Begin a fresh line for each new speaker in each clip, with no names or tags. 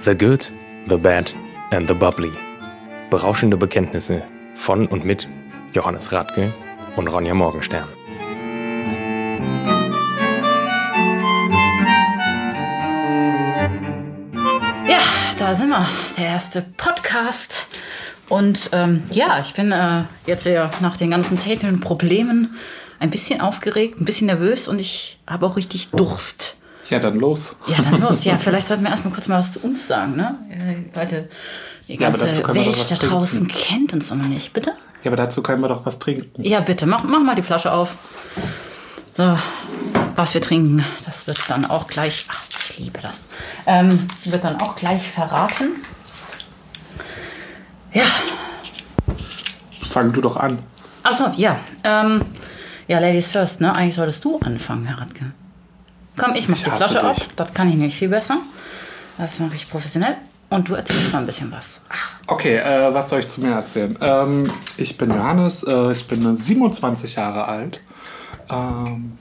The Good, The Bad and The Bubbly. Berauschende Bekenntnisse von und mit Johannes Radke und Ronja Morgenstern.
Ja, da sind wir. Der erste Podcast. Und ähm, ja, ich bin äh, jetzt ja nach den ganzen technischen Problemen ein bisschen aufgeregt, ein bisschen nervös und ich habe auch richtig Durst.
Ja, dann los.
Ja, dann los. Ja, vielleicht sollten wir erstmal kurz mal was zu uns sagen, ne? Äh, Leute, die
Ja, aber
ganze
dazu können wir
Welt
doch was
da
trinken.
draußen kennt uns doch noch nicht. Bitte?
Ja, aber dazu können wir doch was trinken.
Ja, bitte, mach, mach mal die Flasche auf. So, was wir trinken, das wird dann auch gleich. Ach, ich liebe das. Ähm, wird dann auch gleich verraten. Ja,
Fang du doch an.
achso, ja. Ähm, ja, Ladies first, ne? Eigentlich solltest du anfangen, Herr Radke. Komm, ich mach die
hasse
Flasche
dich.
auf. Das kann ich nicht viel besser. Das mache ich professionell. Und du erzählst mal ein bisschen was.
Okay, äh, was soll ich zu mir erzählen? Ähm, ich bin Johannes, äh, ich bin 27 Jahre alt. Ähm,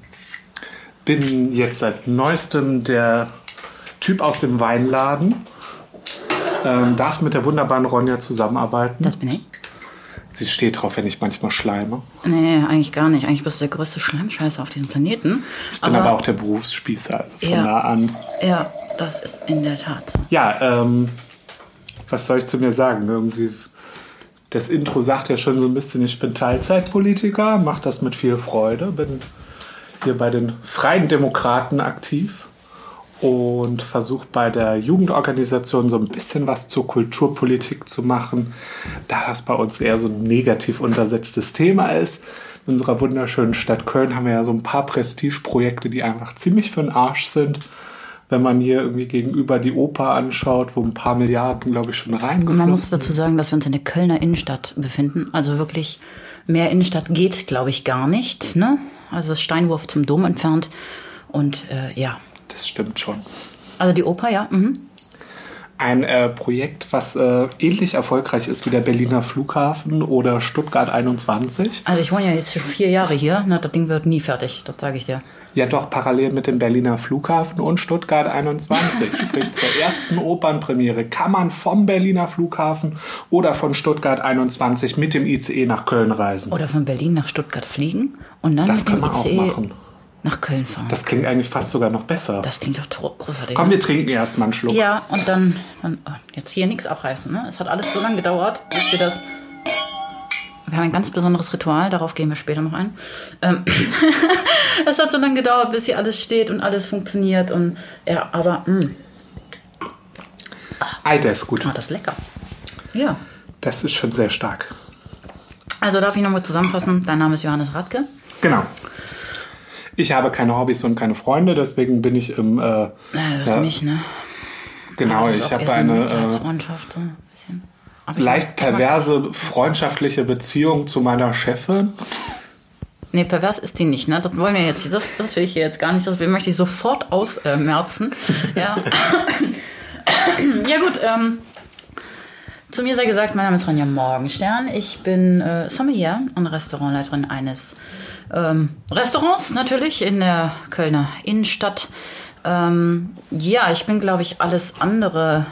bin jetzt seit neuestem der Typ aus dem Weinladen. Ähm, darf mit der wunderbaren Ronja zusammenarbeiten.
Das bin ich.
Sie steht drauf, wenn ich manchmal schleime.
Nee, eigentlich gar nicht. Eigentlich bist du der größte Schleimscheißer auf diesem Planeten. Ich
Bin aber, auch der Berufsspießer, also von
Ja.
da an.
Ja, das ist in der Tat.
Ja, ähm, was soll ich zu mir sagen? Irgendwie, das Intro sagt ja schon so ein bisschen, ich bin Teilzeitpolitiker, mache das mit viel Freude, bin hier bei den Freien Demokraten aktiv und versuche bei der Jugendorganisation so ein bisschen was zur Kulturpolitik zu machen, da das bei uns eher so ein negativ untersetztes Thema ist. In unserer wunderschönen Stadt Köln haben wir ja so ein paar Prestigeprojekte, die einfach ziemlich für den Arsch sind. Wenn man hier irgendwie gegenüber die Oper anschaut, wo ein paar Milliarden, glaube ich, schon
Man muss
reingeflossen
dazu sagen, dass wir uns in der Kölner Innenstadt befinden. Also wirklich mehr Innenstadt geht, glaube ich, gar nicht. Ne? Also ist Steinwurf zum Dom entfernt. Und äh, ja,
Das stimmt schon.
also die Oper, ja. Mhm.
ein äh, Projekt, was äh, ähnlich erfolgreich ist wie der Berliner Flughafen oder Stuttgart 21.
Also ich wohne ja jetzt schon vier Jahre hier. Ne? Das Ding wird nie fertig, das sage ich dir.
Ja, doch parallel mit dem Berliner Flughafen und Stuttgart 21. Sprich, zur ersten Opernpremiere kann man vom Berliner Flughafen oder von Stuttgart 21 mit dem ICE nach Köln reisen.
Oder von Berlin nach Stuttgart fliegen und dann
Das
mit
kann
dem
man auch
ICE
machen.
nach Köln fahren. Das,
Das klingt eigentlich fast sogar noch besser.
klingt doch tro- großartig.
Komm,
ne?
wir trinken erstmal einen Schluck.
Ja, und dann, dann oh, jetzt hier nichts abreißen. Ne? Es hat alles so lange gedauert, bis wir das. Wir haben ein ganz besonderes Ritual, darauf gehen wir später noch ein. Ähm, es hat so lange gedauert, bis hier alles steht und alles funktioniert. Und ja, aber mh,
Ei, der ist gut.
war oh, das lecker. Ja.
Das ist schon sehr stark.
Also darf ich nochmal zusammenfassen, dein Name ist Johannes Radke.
Genau. Ich habe keine Hobbys und keine Freunde, deswegen bin ich im... Äh,
Äh,
ja,
für mich, ne?
Genau,
Das ist
ich
auch eher so
habe eine... Äh,
Mitleidsfreundschaft, so ein bisschen. Aber ich
leicht
mag-
perverse freundschaftliche Beziehung zu meiner Chefin.
Nee, pervers ist die nicht, ne? Das wollen wir jetzt, das, das will ich hier jetzt gar nicht, das will, möchte ich sofort ausmerzen. ja. ja, gut, ähm, zu mir sei gesagt, mein Name ist Ronja Morgenstern. Ich bin äh, Sommelier und Restaurantleiterin eines ähm, Restaurants, natürlich, in der Kölner Innenstadt. Ähm, ja, ich bin, glaube ich, alles andere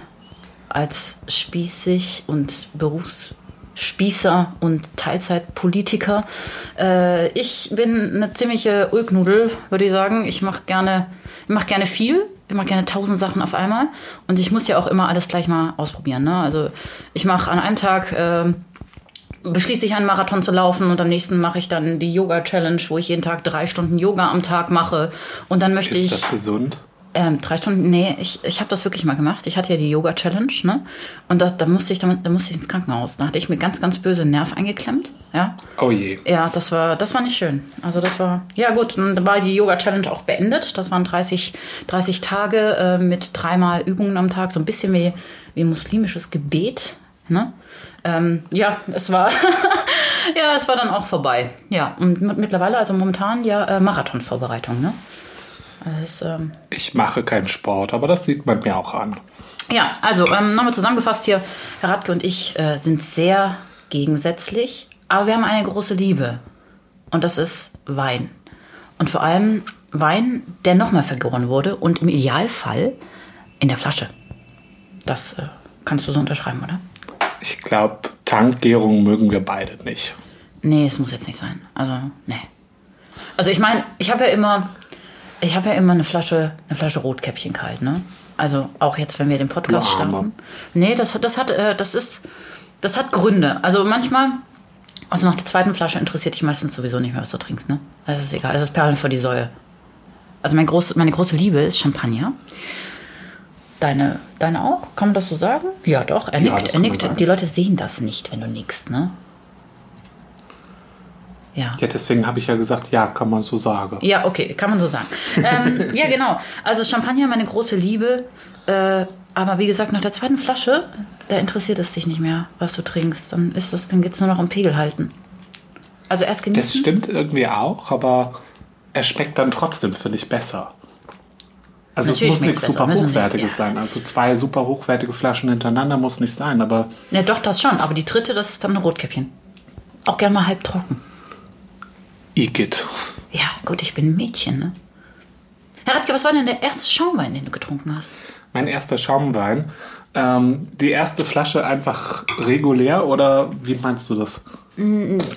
als spießig und Berufsspießer und Teilzeitpolitiker. Äh, ich bin eine ziemliche Ulknudel, würde ich sagen. Ich mache gerne, ich mach gerne viel. Ich mache gerne tausend Sachen auf einmal. Und ich muss ja auch immer alles gleich mal ausprobieren. Ne? Also ich mache an einem Tag... ähm, beschließe ich einen Marathon zu laufen und am nächsten mache ich dann die Yoga Challenge, wo ich jeden Tag drei Stunden Yoga am Tag mache und dann möchte ich
Ist das gesund?
ähm, drei Stunden, nee, ich, ich habe das wirklich mal gemacht. Ich hatte ja die Yoga-Challenge, ne? Und da, da, musste ich, da, da musste ich ins Krankenhaus. Da hatte ich mir ganz, ganz böse einen Nerv eingeklemmt, ja?
Oh je.
Ja, das war, das war nicht schön. Also das war, ja gut, dann war die Yoga-Challenge auch beendet. Das waren 30, 30 Tage äh, mit dreimal Übungen am Tag, so ein bisschen wie, wie muslimisches Gebet. Ne? Ähm, ja, es war, ja, es war dann auch vorbei. Ja, und mit, mittlerweile, also momentan ja äh, Marathonvorbereitung. Ne? Also das, ähm,
Ich mache keinen Sport, aber das sieht man mir auch an.
ja, also ähm, nochmal zusammengefasst hier, Herr Radke und ich äh, sind sehr gegensätzlich, aber wir haben eine große Liebe und das ist Wein. Und vor allem Wein, der nochmal vergoren wurde und im Idealfall in der Flasche. Das äh, kannst du so unterschreiben, oder?
Ich glaube, Tankgärung mögen wir beide nicht.
Nee, es muss jetzt nicht sein. Also, nee. Also ich meine, ich habe ja immer, ich habe ja immer eine Flasche, eine Flasche Rotkäppchen kalt, ne? Also auch jetzt, wenn wir den Podcast
Du Armer.
starten. Nee, das hat, das hat, äh, das ist, das hat Gründe. Also manchmal, also nach der zweiten Flasche interessiert dich meistens sowieso nicht mehr, was du trinkst, ne? Das ist egal. Das ist Perlen vor die Säue. Also mein groß, meine große Liebe ist Champagner. Deine, deine auch? Kann man das so sagen? Ja, doch. Er
Ja,
nickt. Er
das kann man sagen.
nickt. Die Leute sehen das nicht, wenn du nickst, ne? Ja.
Ja, deswegen habe ich ja gesagt, ja, kann man so sagen.
Ja, okay, kann man so sagen. ähm, ja, genau. Also Champagner, meine große Liebe. Äh, aber wie gesagt, nach der zweiten Flasche, da interessiert es dich nicht mehr, was du trinkst. Dann ist das, dann geht's nur noch um Pegel halten. Also erst genießen.
Das stimmt irgendwie auch, aber er schmeckt dann trotzdem, finde ich, besser. Also
Natürlich
es muss nichts
schmeckt's besser,
super
müssen wir-
hochwertiges
ja.
sein. Also zwei super hochwertige Flaschen hintereinander muss nicht sein, aber
Ja, doch, das schon. Aber die dritte, das ist dann ein Rotkäppchen. Auch gerne mal halb trocken.
Igitt.
Ja, gut, ich bin ein Mädchen, ne? Herr Radke, was war denn der erste Schaumwein, den du getrunken hast?
Mein erster Schaumwein. Ähm, die erste Flasche einfach regulär oder wie meinst du das?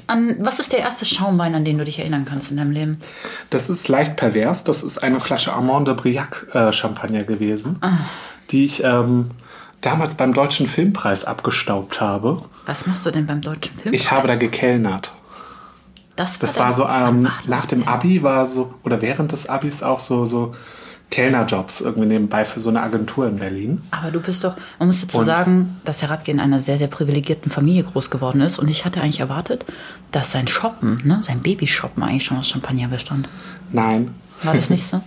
An, was ist der erste Schaumwein, an den du dich erinnern kannst in deinem Leben?
Das ist leicht pervers. Das ist eine Flasche Armand de Briac äh, Champagner gewesen, die ich ähm, damals beim Deutschen Filmpreis abgestaubt habe.
Was machst du denn beim deutschen Film?
Ich habe da gekellnert.
Das,
Das
dann-
war so
wann
ähm,
war das
nach dem
denn?
Abi war so oder während des Abis auch so so Kellnerjobs irgendwie nebenbei für so eine Agentur in Berlin.
Aber du bist doch, man muss dazu
Und-
sagen, dass Herr Radke in einer sehr, sehr privilegierten Familie groß geworden ist. Und ich hatte eigentlich erwartet, dass sein Shoppen, ne, sein Babyshoppen eigentlich schon aus Champagner bestand.
Nein.
War das nicht so?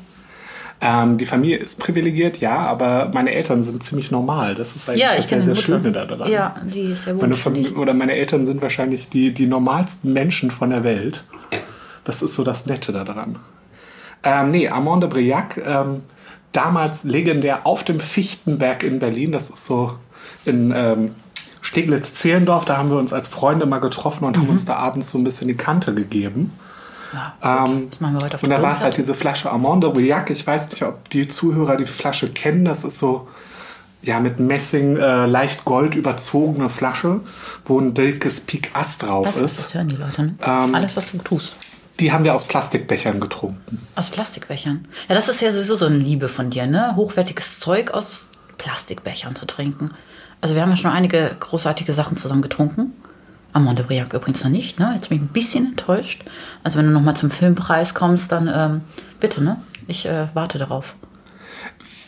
Ähm, die Familie ist privilegiert, ja, aber meine Eltern sind ziemlich normal. Das ist eigentlich
ja, ich
das
kenne
sehr, sehr
den Mutter.
Schöne da dran.
Ja, die ist ja
Meine
wohl.
Familie, oder meine Eltern sind wahrscheinlich die, die normalsten Menschen von der Welt. Das ist so das Nette daran. Ähm, nee, Armand de Briac, ähm, damals legendär auf dem Fichtenberg in Berlin. Das ist so in ähm, Steglitz-Zehlendorf. Da haben wir uns als Freunde mal getroffen
Mhm.
und haben uns da abends so ein bisschen die Kante gegeben. Ähm,
Das machen wir heute auf
und
der
da war es
Rundfahrt.
halt diese Flasche Armand de Briac. Ich weiß nicht, ob die Zuhörer die Flasche kennen. Das ist so, ja, mit Messing äh, leicht gold überzogene Flasche, wo ein dickes Pik Ass drauf
Das,
ist. Ähm,
das hören die Leute, ne? Alles, was du tust.
Die haben wir aus Plastikbechern getrunken.
Aus Plastikbechern. Ja, das ist ja sowieso so eine Liebe von dir, ne? Hochwertiges Zeug aus Plastikbechern zu trinken. Also wir haben ja schon einige großartige Sachen zusammen getrunken. Amande Briac übrigens noch nicht, ne? Jetzt bin ich ein bisschen enttäuscht. Also wenn du nochmal zum Filmpreis kommst, dann ähm, bitte, ne? Ich äh, warte darauf.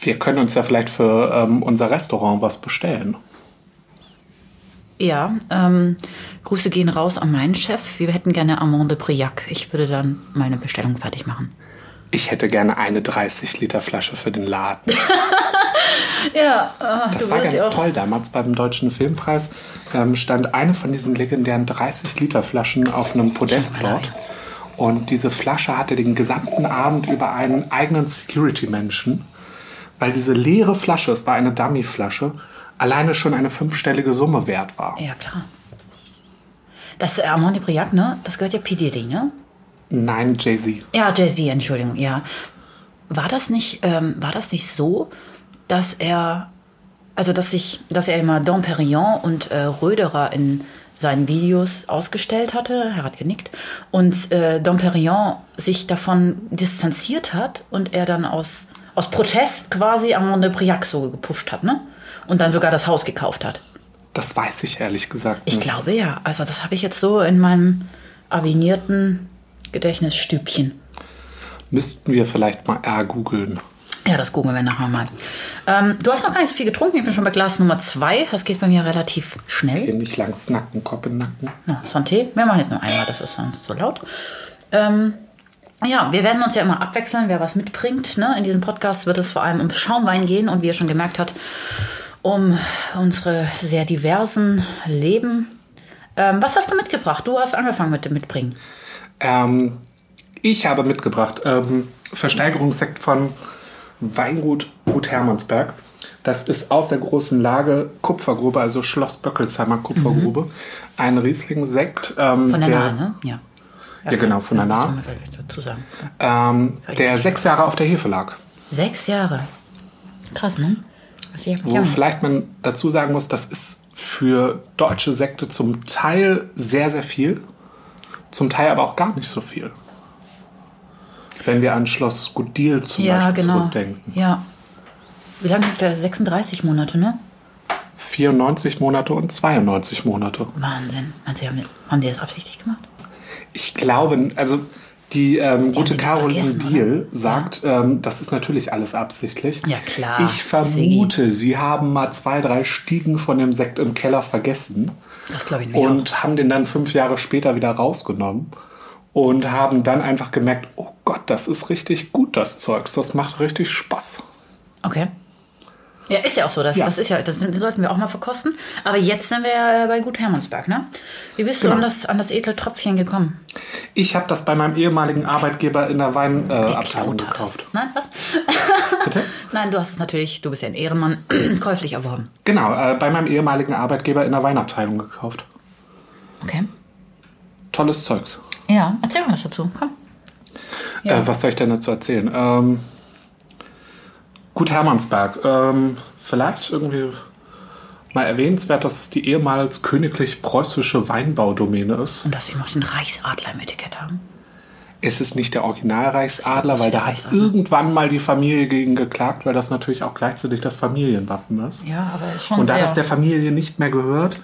Wir können uns ja vielleicht für ähm, unser Restaurant was bestellen.
Ja, ähm, Grüße gehen raus an meinen Chef. Wir hätten gerne Amande Briac. Ich würde dann meine Bestellung fertig machen.
Ich hätte gerne eine 30-Liter-Flasche für den Laden.
Ja,
Das war ganz toll damals beim Deutschen Filmpreis. Ähm, stand eine von diesen legendären 30-Liter-Flaschen auf einem Podest dort. Und diese Flasche hatte den gesamten Abend über einen eigenen Security-Menschen, weil diese leere Flasche, es war eine Dummy-Flasche, alleine schon eine fünfstellige Summe wert war.
Ja, klar. Das äh, Armand Briac, ne? Das gehört ja P. Diddy, ne?
Nein, Jay-Z.
Ja, Jay-Z, Entschuldigung, ja. War das nicht, ähm, war das nicht so, dass er, also dass ich, dass er immer Dom Perignon und äh, Röderer in seinen Videos ausgestellt hatte, er hat genickt, und äh, Dom Perignon sich davon distanziert hat und er dann aus, aus Protest quasi Amande Briac so gepusht hat, ne? Und dann sogar das Haus gekauft hat.
Das weiß ich ehrlich gesagt
Ich
nicht.
glaube ja. Also das habe ich jetzt so in meinem avinierten Gedächtnisstübchen.
Müssten wir vielleicht mal R googeln.
Ja, das gucken wir nachher mal. Ähm, du hast noch gar nicht so viel getrunken. Ich bin schon bei Glas Nummer zwei. Das geht bei mir relativ schnell.
Hier nicht lang snacken, Kopf in den Nacken.
Na, Santé. Wir machen jetzt nur einmal. Das ist sonst so laut. Ähm, ja, wir werden uns ja immer abwechseln, wer was mitbringt. Ne? In diesem Podcast wird es vor allem um Schaumwein gehen und wie ihr schon gemerkt habt, um unsere sehr diversen Leben. Ähm, was hast du mitgebracht? Du hast angefangen mit dem Mitbringen.
Ähm, ich habe mitgebracht ähm, Versteigerungssekt von Weingut Gut Hermannsberg. Das ist aus der großen Lage Kupfergrube, also Schloss Böckelsheimer Kupfergrube. Ein Riesling-Sekt. Ähm,
Mhm. Von der, Nahe, ne? Ja.
Ja, genau, von der
muss
Nahe.
man vielleicht dazu sagen.
Ähm, der sechs Jahre auf der Hefe lag.
Sechs Jahre. Krass, ne? Also ich hab
Wo
ja.
vielleicht man dazu sagen muss, das ist für deutsche Sekte zum Teil sehr, sehr viel, zum Teil aber auch gar nicht so viel. Wenn wir an Schloss Gudil zum
ja,
Beispiel
genau.
zurückdenken.
Ja. Wie lange hat der? 36 Monate, ne?
94 Monate und 92 Monate.
Wahnsinn. Meinst du, haben die, haben die das absichtlich gemacht?
Ich glaube, also die ähm, gute
die
Caroline
vergessen,
Diel sagt, ähm, das ist natürlich alles absichtlich.
Ja, klar,
Ich vermute, sie haben mal zwei, drei Stiegen von dem Sekt im Keller vergessen.
Das glaube ich nicht.
und haben den dann fünf Jahre später wieder rausgenommen und haben dann einfach gemerkt, oh Gott, das ist richtig gut, das Zeugs, das macht richtig Spaß.
Okay. Ja, ist ja auch so. Das,
Ja.
das ist ja, das sollten wir auch mal verkosten. Aber jetzt sind wir ja bei Gut Hermannsberg, ne? Wie bist du
Genau.
an das, an das edle Tröpfchen gekommen?
Ich habe das bei meinem ehemaligen Arbeitgeber in der Weinabteilung äh,
Der
Abteilung
Cloud hat das.
gekauft.
Nein, was?
Bitte?
Nein, du hast es natürlich, du bist ja ein Ehrenmann, käuflich erworben.
Genau, äh, bei meinem ehemaligen Arbeitgeber in der Weinabteilung gekauft.
Okay.
Tolles Zeugs.
Ja, erzähl mal was dazu. Komm. Ja.
Äh, was soll ich denn dazu erzählen? Ähm, gut, Hermannsberg. Ähm, vielleicht irgendwie mal erwähnenswert, dass es die ehemals königlich preußische Weinbaudomäne ist.
Und dass wir noch den Reichsadler im Etikett haben.
Es ist nicht der Originalreichsadler,
Das ist
weil
der
da hat
Reichsadler.
irgendwann mal die Familie gegen geklagt, weil das natürlich auch gleichzeitig das Familienwappen ist.
Ja, aber ist schon
Und da
sehr-
das der Familie nicht mehr gehört,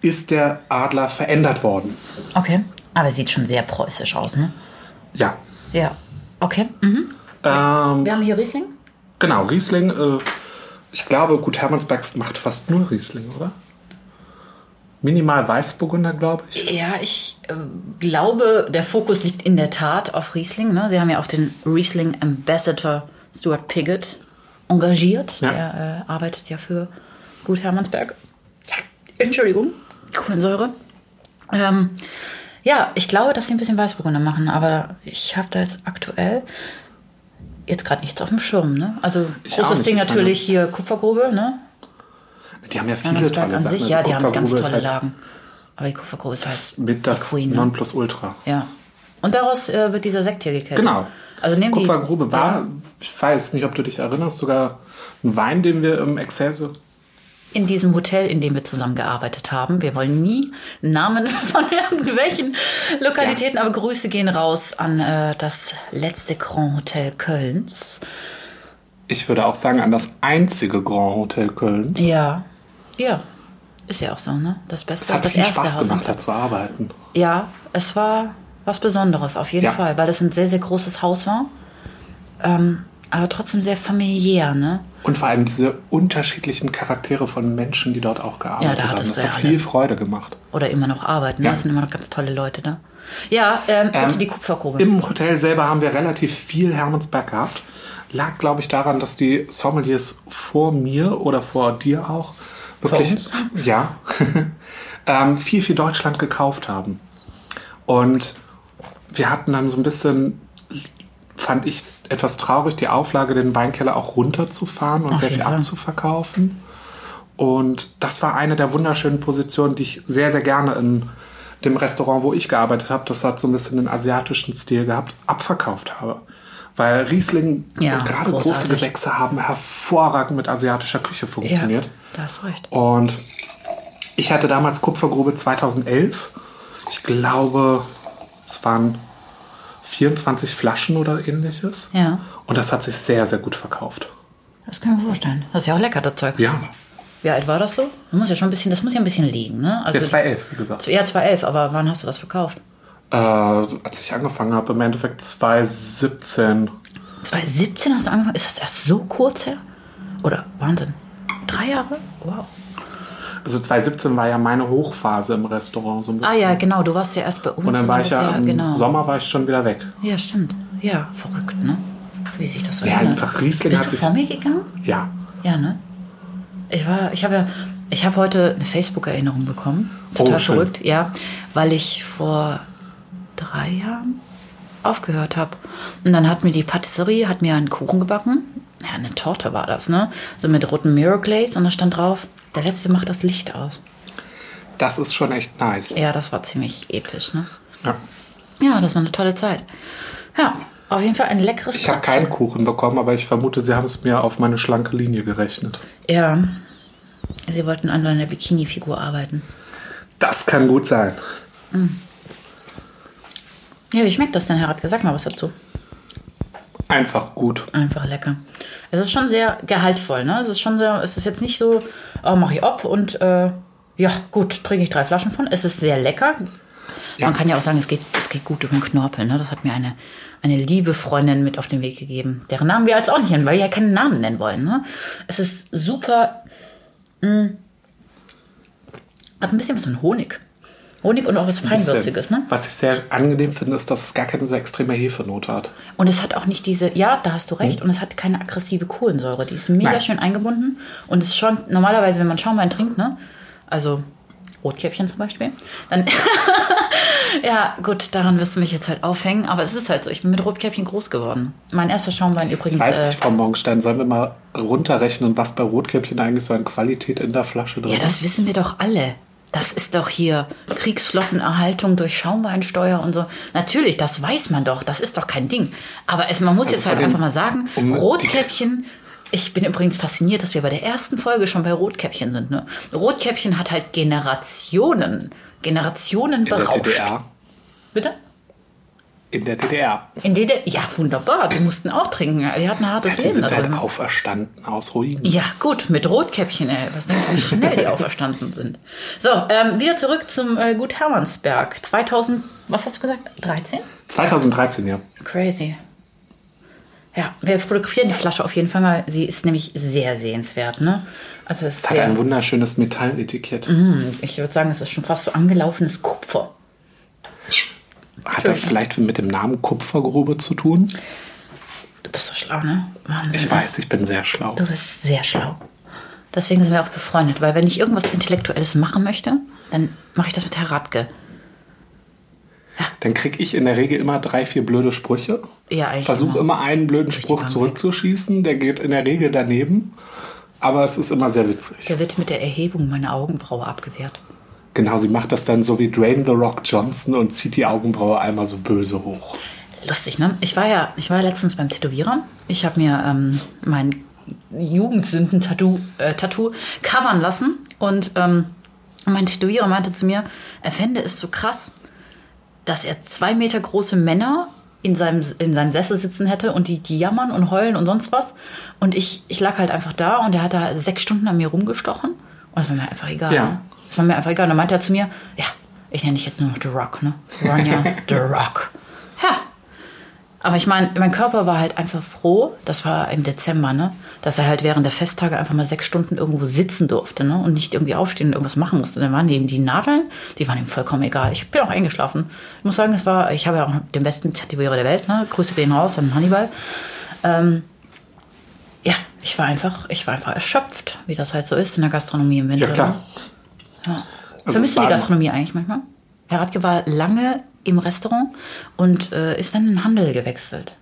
ist der Adler verändert worden.
Okay. Aber sieht schon sehr preußisch aus, ne?
Ja.
Ja. Okay. Mhm.
Ähm,
Wir haben hier Riesling.
genau, Riesling. Äh, ich glaube, gut, Hermannsberg macht fast nur Riesling, oder? Minimal Weißburgunder, glaube ich.
Ja, ich äh, glaube, der Fokus liegt in der Tat auf Riesling. Ne? Sie haben ja auch den Riesling Ambassador Stuart Piggott engagiert.
Ja.
Der äh, arbeitet ja für Gut Hermannsberg. Ja, Entschuldigung, Kohlensäure. Ähm, ja, ich glaube, dass sie ein bisschen Weißburgunder machen, aber ich habe da jetzt aktuell jetzt gerade nichts auf dem Schirm. Ne? Also
Ich auch
großes
nicht,
Ding
ich meine-
natürlich hier Kupfergrube, ne?
Die haben ja viele
Hermannsberg
tolle
an
Sachen.
sich, ja,
Also
die haben ganz
Kupfergrube ist
tolle
halt
Lagen. Aber die Kupfergrube ist halt
Mit
die
das
Queen. Ne?
Nonplusultra.
Ja. Und daraus äh, wird dieser Sekt hier gekillt.
Genau.
Also nehmen
Kupfergrube
die,
war, ich weiß nicht, ob du dich erinnerst, sogar ein Wein, den wir im Excelsior.
in diesem Hotel, in dem wir zusammengearbeitet haben. Wir wollen nie Namen von irgendwelchen Lokalitäten, aber Grüße gehen raus an äh, das letzte Grand Hotel Kölns.
Ich würde auch sagen, an das einzige Grand Hotel Kölns.
Ja. Ja. Ist ja auch so, ne? Das Beste,
Es hat
das
viel
erste
Spaß
Haus am
gemacht, da
Platz.
zu arbeiten.
Ja, es war was Besonderes, auf jeden
Ja.
Fall, weil das ein sehr, sehr großes Haus war. Ähm, aber trotzdem sehr familiär, ne?
Und vor allem diese unterschiedlichen Charaktere von Menschen, die dort auch gearbeitet
Ja, da
haben.
hattest
Das
du
hat
ja
viel
alles.
Freude gemacht.
Oder immer noch arbeiten.
Ja.
Ne? Das sind immer noch ganz tolle Leute da. Ja, ähm, bitte
Ähm,
die Kupfergrube.
Im Hotel selber haben wir relativ viel Hermannsberg gehabt. Lag, glaube ich, daran, dass die Sommeliers vor mir oder vor dir auch wirklich, ja, ähm, viel, viel Deutschland gekauft haben. Und wir hatten dann so ein bisschen, fand ich etwas traurig, die Auflage, den Weinkeller auch runterzufahren und
Auf
sehr viel
jeden Fall.
abzuverkaufen. Und das war eine der wunderschönen Positionen, die ich sehr, sehr gerne in dem Restaurant, wo ich gearbeitet habe, das hat so ein bisschen den asiatischen Stil gehabt, abverkauft habe. Weil Riesling
Ja,
und gerade große
großartig.
Gewächse haben hervorragend mit asiatischer Küche
ja,
funktioniert.
da hast du recht.
Und ich hatte damals Kupfergrube 2011. Ich glaube, es waren 24 Flaschen oder ähnliches.
Ja.
Und das hat sich sehr, sehr gut verkauft.
Das kann ich mir vorstellen. Das ist ja auch lecker, das Zeug.
Ja,
Wie alt war das so? Das muss ja schon ein bisschen, das muss ja ein bisschen liegen, ne? Also
ja 2011, wie gesagt.
ja, 2011, aber wann hast du das verkauft?
Äh, als ich angefangen habe, im Endeffekt 2017.
2017 hast du angefangen? Ist das erst so kurz her? Oder Wahnsinn. Drei Jahre? Wow.
Also 2017 war ja meine Hochphase im Restaurant so ein bisschen.
Ah ja, genau, du warst ja erst bei uns.
Und dann war ich
bist
ja, im
genau.
Sommer war ich schon wieder weg.
Ja, stimmt. Ja, verrückt, ne? Wie sich das so
Ja,
ändert.
einfach Riesling
Bist
hat
du
sich-
vor mir gegangen?
Ja.
Ja, ne? Ich war, ich habe ja, ich habe heute eine Facebook-Erinnerung bekommen. Total
Oh, schön.
verrückt, ja. Weil ich vor drei Jahren aufgehört habe. Und dann hat mir die Patisserie, hat mir einen Kuchen gebacken. Ja, eine Torte war das, ne? So mit roten Mirror Glaze und da stand drauf, der letzte macht das Licht aus.
Das ist schon echt nice.
Ja, das war ziemlich episch, ne?
Ja.
Ja, das war eine tolle Zeit. Ja, Auf jeden Fall ein leckeres
Ich habe keinen Kuchen bekommen, aber ich vermute, sie haben es mir auf meine schlanke Linie gerechnet.
Ja. Sie wollten an deiner Bikini-Figur arbeiten.
Das kann gut sein.
Ja, wie schmeckt das denn, Herr Radke? Sag mal was dazu.
Einfach gut.
Einfach lecker. Es ist schon sehr gehaltvoll, ne? Es ist schon sehr, es ist jetzt nicht so, oh, mach ich ob und äh, ja, gut, trinke ich drei Flaschen von. Es ist sehr lecker.
Ja.
Man kann ja auch sagen, es geht, es geht gut über den Knorpel, ne? Das hat mir eine, eine liebe Freundin mit auf den Weg gegeben, deren Namen wir jetzt auch nicht nennen, weil wir ja keinen Namen nennen wollen, ne? Es ist super, mh, hat ein bisschen was von Honig. Honig und auch was Feinwürziges, ne?
Was ich sehr angenehm finde, ist, dass es gar keine so extreme Hefenote hat.
Und es hat auch nicht diese, ja, da hast du recht, und es hat keine aggressive Kohlensäure. Die ist mega
Hm. Nein.
schön eingebunden und ist schon, normalerweise, wenn man Schaumwein trinkt, ne, also Rotkäppchen zum Beispiel, dann, ja, gut, daran wirst du mich jetzt halt aufhängen, aber es ist halt so, ich bin mit Rotkäppchen groß geworden. Mein erster Schaumwein übrigens,
Ich weiß
äh,
nicht, Frau Morgenstein, sollen wir mal runterrechnen, was bei Rotkäppchen eigentlich so an Qualität in der Flasche drin
ja,
ist?
das wissen wir doch alle. Das ist doch hier Kriegsflottenerhaltung durch Schaumweinsteuer und so. Natürlich, das weiß man doch. Das ist doch kein Ding. Aber es, man muss
Also
jetzt halt
von dem-
einfach mal sagen,
um-
Rotkäppchen. Ich bin übrigens fasziniert, dass wir bei der ersten Folge schon bei Rotkäppchen sind. Ne? Rotkäppchen hat halt Generationen, Generationen
In der
berauscht.
DDR.
Bitte?
In der DDR.
In DDR? Ja, wunderbar. Die mussten auch trinken. Die hatten ein hartes
Die
Leben da
sind halt
drüben.
auferstanden aus Ruinen.
Ja, gut, mit Rotkäppchen, ey. Was denkst du, wie schnell die auferstanden sind? So, ähm, wieder zurück zum äh, Gut Hermannsberg. 2000, was hast du gesagt? 13?
2013, ja.
Crazy. Ja, wir fotografieren die Flasche auf jeden Fall mal. Sie ist nämlich sehr sehenswert, ne? Also es ist
Es hat
sehr, Mhm.
ein wunderschönes Metalletikett.
ich würde sagen, es ist schon fast so angelaufenes Kupfer.
Hat das vielleicht mit dem Namen Kupfergrube zu tun?
Du bist so schlau, ne? Wahnsinn.
Ich weiß, ich bin sehr schlau.
Du bist sehr schlau. Deswegen sind wir auch befreundet, weil wenn ich irgendwas Intellektuelles machen möchte, dann mache ich das mit Herr Radke.
Dann kriege ich in der Regel immer drei, vier blöde Sprüche.
Ja, eigentlich
Versuche immer einen blöden
die
Spruch
Bank
zurückzuschießen. Der geht in der Regel daneben. Aber es ist immer sehr witzig.
Der wird mit der Erhebung meiner Augenbraue abgewehrt.
Genau, sie macht das dann so wie Dwayne The Rock Johnson und zieht die Augenbraue einmal so böse hoch.
Lustig, ne? Ich war ja, ich war ja letztens beim Tätowierer. Ich habe mir ähm, mein Jugendsünden-Tattoo äh, Tattoo covern lassen. Und ähm, mein Tätowierer meinte zu mir, er fände es so krass, dass er zwei Meter große Männer in seinem, in seinem Sessel sitzen hätte und die, die jammern und heulen und sonst was. Und ich, ich lag halt einfach da und er hat da sechs Stunden an mir rumgestochen. Und das war mir einfach egal.
Ja.
Ne? Das war mir einfach egal. Und dann meinte er zu mir, ja, ich nenne dich jetzt nur noch The Rock, ne? Ronja The Rock. Ja. Aber ich meine, mein Körper war halt einfach froh, das war im Dezember, ne? Dass er halt während der Festtage einfach mal sechs Stunden irgendwo sitzen durfte, ne? Und nicht irgendwie aufstehen und irgendwas machen musste. Dann waren eben die Nadeln, die waren ihm vollkommen egal. Ich bin auch eingeschlafen. Ich muss sagen, es war, ich habe ja auch den besten Tätowierer der Welt, ne? Grüße gehen raus an Hannibal. Ähm, ja, ich war einfach, ich war einfach erschöpft, wie das halt so ist in der Gastronomie im Winter.
Ja, klar. Also
ne? Ja.
es
Vermisst du die
war-
Gastronomie eigentlich manchmal? Herr Radke war lange im Restaurant und äh, ist dann in den Handel gewechselt.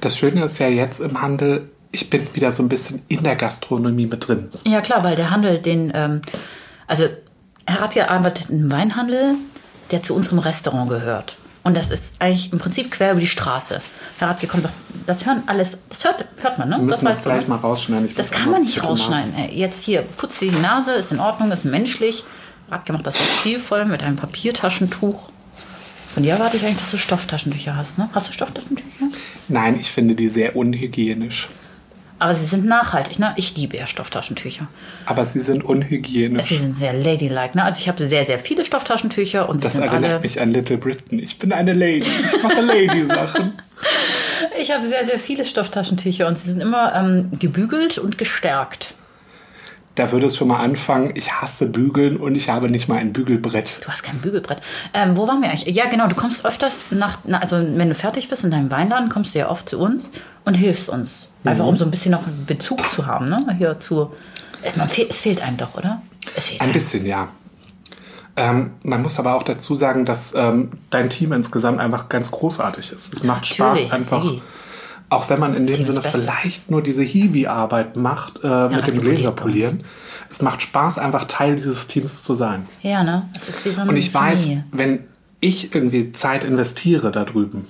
Das Schöne ist ja jetzt im Handel, ich bin wieder so ein bisschen in der Gastronomie mit drin.
Ja, klar, weil der Handel, den, ähm, also er hat gearbeitet in einem Weinhandel, der zu unserem Restaurant gehört. Und das ist eigentlich im Prinzip quer über die Straße. Herr Radke kommt doch, das hören alles, das hört, hört man, ne?
Wir müssen das,
weißt du,
gleich
ne?
mal rausschneiden. Ich
Das
muss
kann
einmal
man nicht
bitte Nase-
rausschneiden. Ey, jetzt hier, putze die Nase, ist in Ordnung, ist menschlich. Radke macht das sehr stilvoll mit einem Papiertaschentuch. Von dir erwarte ich eigentlich, dass du Stofftaschentücher hast, ne? Hast du Stofftaschentücher?
Nein, ich finde die sehr unhygienisch.
Aber sie sind nachhaltig, ne? Ich liebe ja Stofftaschentücher.
Aber sie sind unhygienisch.
Sie sind sehr ladylike, ne? Also ich habe sehr, sehr viele Stofftaschentücher und sie
das
sind
erinnert
alle.
mich an Little Britain. Ich bin eine Lady. Ich mache Lady-Sachen.
Ich habe sehr, sehr viele Stofftaschentücher und sie sind immer ähm, gebügelt und gestärkt.
Da würde es schon mal anfangen. Ich hasse Bügeln und ich habe nicht mal ein Bügelbrett.
Du hast kein Bügelbrett. Ähm, wo waren wir eigentlich? Ja, genau, du kommst öfters nach, na, also wenn du fertig bist in deinem Weinladen, kommst du ja oft zu uns und hilfst uns. Einfach
Mhm.
um so ein bisschen noch einen Bezug zu haben, ne? Hier zu. Äh, Man fehl, es fehlt einem doch, oder? Es fehlt
Ein
einem.
bisschen, ja. Ähm, man muss aber auch dazu sagen, dass ähm, dein Team insgesamt einfach ganz großartig ist. Es macht
Natürlich,
Spaß einfach.
Sigi.
Auch wenn man in dem
Team ist
Sinne
Beste.
vielleicht nur diese Hiwi-Arbeit macht, äh, mit dem
Radke
Gläser
poliert
polieren. Es macht Spaß, einfach Teil dieses Teams zu sein.
Ja, ne? Es ist wie so eine
Und ich weiß,
Familie.
wenn ich irgendwie Zeit investiere da drüben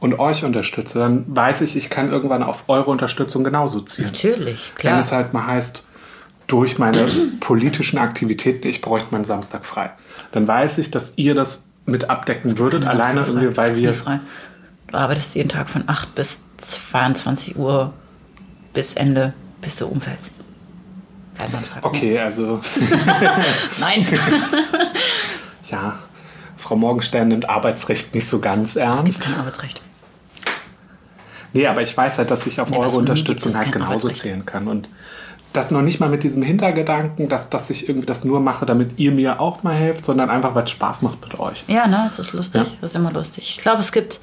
und euch unterstütze, dann weiß ich, ich kann irgendwann auf eure Unterstützung genauso zielen.
Natürlich,
Wenn
klar.
es halt mal heißt, durch meine politischen Aktivitäten, ich bräuchte meinen Samstag frei. Dann weiß ich, dass ihr das mit abdecken würdet, alleine irgendwie, weil
Ist nie
wir.
frei. Du arbeitest jeden Tag von 8 bis 22 Uhr bis Ende, bis du umfällst. Kein Samstag.
Okay, also
Nein.
ja, Frau Morgenstern nimmt Arbeitsrecht nicht so ganz ernst.
Kein Arbeitsrecht.
Nee, aber ich weiß halt, dass ich auf
Nee, was
eure
von mir gibt
Unterstützung
es
halt
kein
genauso
Arbeitsrecht.
zählen kann. Und das noch nicht mal mit diesem Hintergedanken, dass, dass ich irgendwie das nur mache, damit ihr mir auch mal helft, sondern einfach, weil es Spaß macht mit euch.
Ja, ne, es ist lustig.
Ja.
Es ist immer lustig. Ich glaube, es gibt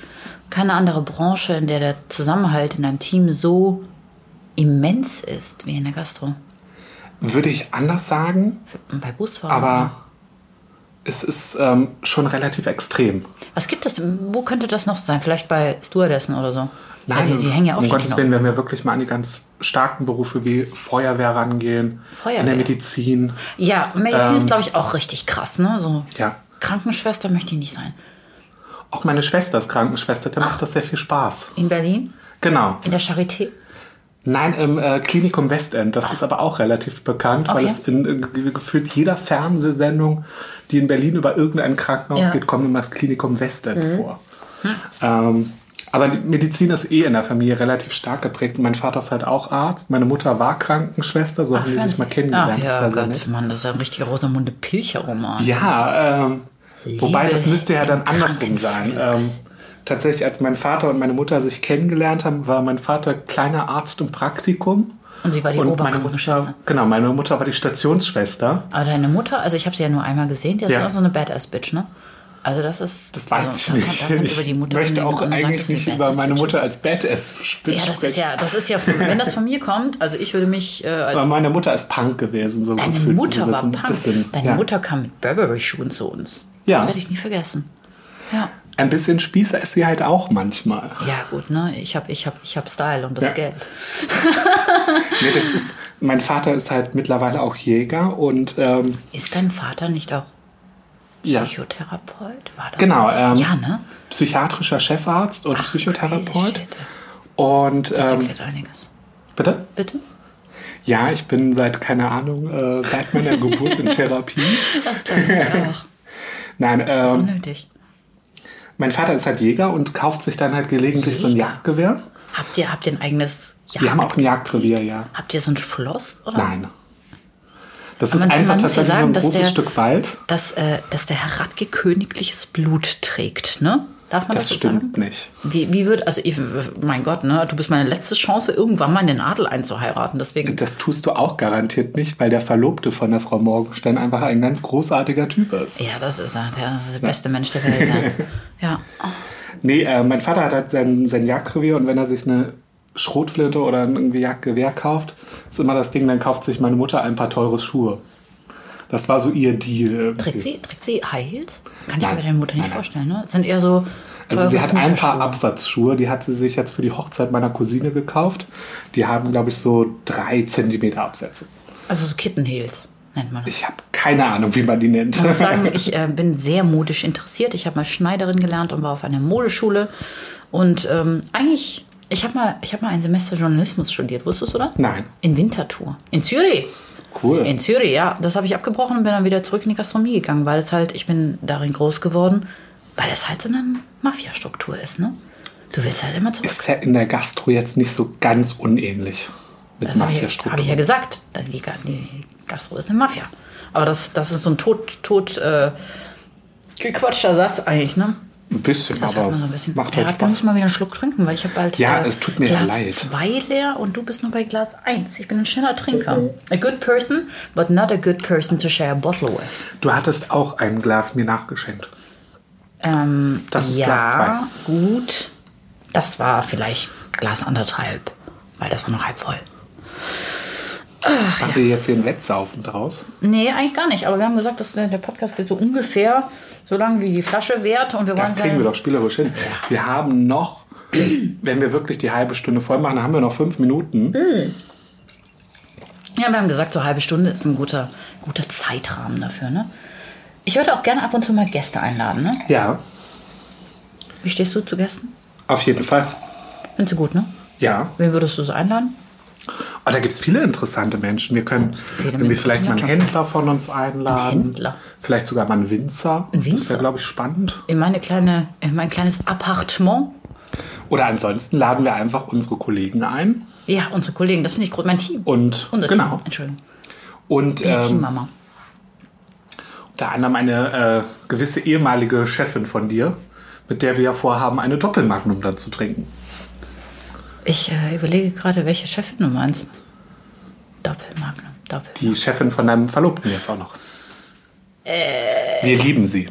keine andere Branche, in der der Zusammenhalt in einem Team so immens ist wie in der Gastro.
Würde ich anders sagen,
Bei Busfahrern.
aber es ist ähm, schon relativ extrem.
Was gibt es? Wo könnte das noch sein? Vielleicht bei Stewardessen oder so? Weil die, die hängen ja auch
um
schon
Gottes
genau-
Willen, wenn wir wirklich mal an die ganz starken Berufe wie Feuerwehr rangehen, in
Feuerwehr.
der Medizin.
Ja, Medizin ist, glaube ich, auch richtig krass, ne? So
Ähm, Ja.
Krankenschwester möchte ich nicht sein.
Auch meine Schwester ist Krankenschwester, der macht das sehr viel Spaß.
In Berlin?
Genau.
In der Charité?
Nein, im äh, Klinikum Westend, das ist aber auch relativ bekannt, weil
Ah. Okay.
es in, in gefühlt jeder Fernsehsendung, die in Berlin über irgendein Krankenhaus
Ja. Mhm. Hm.
geht, kommt immer das Klinikum Westend vor. Ähm, aber die Medizin ist eh in der Familie relativ stark geprägt. Mein Vater ist halt auch Arzt, meine Mutter war Krankenschwester, so haben die sich mal kennengelernt.
Ach
das
ja,
war sehr
Gott,
nett.
Mann, das ist ja ein richtiger Rosamunde Pilcher-Roman.
Ja, ähm, wobei das müsste ja dann
im
andersrum sein. Ähm, tatsächlich, als mein Vater und meine Mutter sich kennengelernt haben, war mein Vater kleiner Arzt im Praktikum.
Und sie war die
Und meine
Oberkrankenschwester.
Mutter, genau, meine Mutter war die Stationsschwester.
Aber deine Mutter, also ich habe sie ja nur einmal gesehen, die ist
Ja.
auch so eine Badass-Bitch, ne? Also das ist...
Das weiß
also,
ich
da kann- da
nicht.
kann
Ich
über die Mutter
möchte
reden,
auch
wenn man sagt,
eigentlich
dass sie
nicht über meine
Badass-Bitch
Mutter
ist.
als Badass sprechen.
Ja, das ist ja, das ist ja, von, wenn das von mir kommt, also ich würde mich äh, als
Aber meine Mutter ist Punk gewesen, so
Deine
gefühlt, so
Mutter
ein
war
bisschen-
Punk.
Bisschen,
Deine
ja.
Mutter kam mit Burberry-Schuhen zu uns.
Ja.
Das werde ich nie vergessen. Ja.
Ein bisschen Spießer ist sie halt auch manchmal.
Ja, gut, ne? Ich habe ich hab, ich hab Style und das
Ja.
Geld.
Nee, das ist, mein Vater ist halt mittlerweile auch Jäger und ähm,
Ist dein Vater nicht auch
ja.
Psychotherapeut? War das
Genau,
nicht Das?
ähm,
ja, ne?
psychiatrischer Chefarzt und
Ach, crazy
Psychotherapeut.
shit.
Und
Das
ähm,
erklärt einiges.
bitte?
Bitte?
Ja, ich bin seit, keine Ahnung, äh, seit meiner Geburt in Therapie.
Das glaube ich auch.
Nein, ähm,
Unnötig.
mein Vater ist halt Jäger und kauft sich dann halt gelegentlich so ein
Jäger?
Jagdgewehr.
Habt ihr, habt ihr ein eigenes... Ja,
Wir haben auch ein Jagdrevier, ja.
Habt ihr so ein Schloss? Oder?
Nein. Das
Aber
ist
man- man
einfach
muss ja
tatsächlich
sagen,
nur ein
dass
großes
der-
Stück Wald.
Dass, äh, dass der Herr Radke königliches Blut trägt, ne? Darf man das,
Das
so sagen?
stimmt nicht.
Wie, wie wird, also ich, mein Gott, ne, du bist meine letzte Chance, irgendwann mal in den Adel einzuheiraten. Deswegen,
Das tust du auch garantiert nicht, weil der Verlobte von der Frau Morgenstern einfach ein ganz großartiger Typ ist.
ja, das ist er, der, der beste Mensch der Welt. Ja. ja.
Nee, äh, mein Vater hat halt sein, sein Jagdrevier und wenn er sich eine Schrotflinte oder ein irgendwie Jagdgewehr kauft, ist immer das Ding, dann kauft sich meine Mutter ein paar teure Schuhe. Das war so ihr Deal. irgendwie.
Trägt sie, trägt sie High Heels? Kann ich
Nein.
mir bei deiner Mutter nicht
Nein, nein.
vorstellen, ne? Das sind eher so.
Also sie
teure
hat ein paar
Sneakerschuhe.
Absatzschuhe, die hat sie sich jetzt für die Hochzeit meiner Cousine gekauft. Die haben, glaube ich, so drei Zentimeter Absätze.
Also so Kittenheels nennt man das.
Ich habe keine Ahnung, wie man die nennt.
Ich muss sagen, ich äh, bin sehr modisch interessiert. Ich habe mal Schneiderin gelernt und war auf einer Modeschule. Und ähm, eigentlich, ich habe mal, ich hab mal ein Semester Journalismus studiert, wusstest du das?
Nein.
In Winterthur. In Zürich.
Cool.
In Zürich, ja. Das habe ich abgebrochen und bin dann wieder zurück in die Gastronomie gegangen, weil es halt, ich bin darin groß geworden, weil es halt so eine Mafia-Struktur ist, ne? Du willst halt immer zurück.
Ist ja in der Gastro jetzt nicht so ganz unähnlich mit
Das habe ich, hab ich ja
Mafia-Strukturen.
gesagt. Dann Die, Ga- die Gastro ist eine Mafia. Aber das, das ist so ein tot, tot äh, gequatschter Satz eigentlich, ne?
Ein bisschen,
Das hört
aber
man so ein bisschen.
macht halt
ja, da muss
Spaß.
ich mal wieder einen Schluck trinken, weil ich habe halt
Ja, es tut mir ja
Glas
leid.
2 leer und du bist nur bei Glas 1. Ich bin ein schneller Trinker. A good person, but not a good person to share a bottle with.
Du hattest auch ein Glas mir nachgeschenkt.
Ähm,
Das ist
ja,
Glas zwei.
gut. Das war vielleicht Glas anderthalb, weil das war noch halb voll.
Machen wir jetzt hier ein Wettsaufen draus?
Nee, eigentlich gar nicht. Aber wir haben gesagt, dass der der Podcast geht so ungefähr so lange wie die Flasche wert und wir wollen
Das kriegen
sagen-
wir doch spielerisch hin. Wir haben noch, wenn wir wirklich die halbe Stunde voll machen, dann haben wir noch fünf Minuten.
Ja, wir haben gesagt, so eine halbe Stunde ist ein guter, guter Zeitrahmen dafür, ne? Ich würde auch gerne ab und zu mal Gäste einladen, ne?
Ja.
Wie stehst du zu Gästen?
Auf jeden Fall.
Findest du gut, ne?
Ja.
Wen würdest du so einladen?
Aber da gibt es viele interessante Menschen. Wir können
Viele
irgendwie vielleicht mal einen
Menschen, ja,
Händler von uns einladen.
Ein Händler?
Vielleicht sogar mal einen Winzer.
Ein Winzer?
Das wäre, glaube ich, spannend.
In meine kleine, in mein kleines Appartement.
Oder ansonsten laden wir einfach unsere Kollegen ein.
Ja, unsere Kollegen, das finde ich groß. Mein Team.
Und
Unser
genau.
Team, Entschuldigung.
Und
Die
ähm,
Teammama.
unter anderem eine äh, gewisse ehemalige Chefin von dir, mit der wir ja vorhaben, eine Doppelmagnum dann zu trinken.
Ich äh, überlege gerade, welche Chefin du meinst. Doppelmagnum, Doppel.
Die Chefin von deinem Verlobten jetzt auch noch.
Äh.
Wir lieben sie.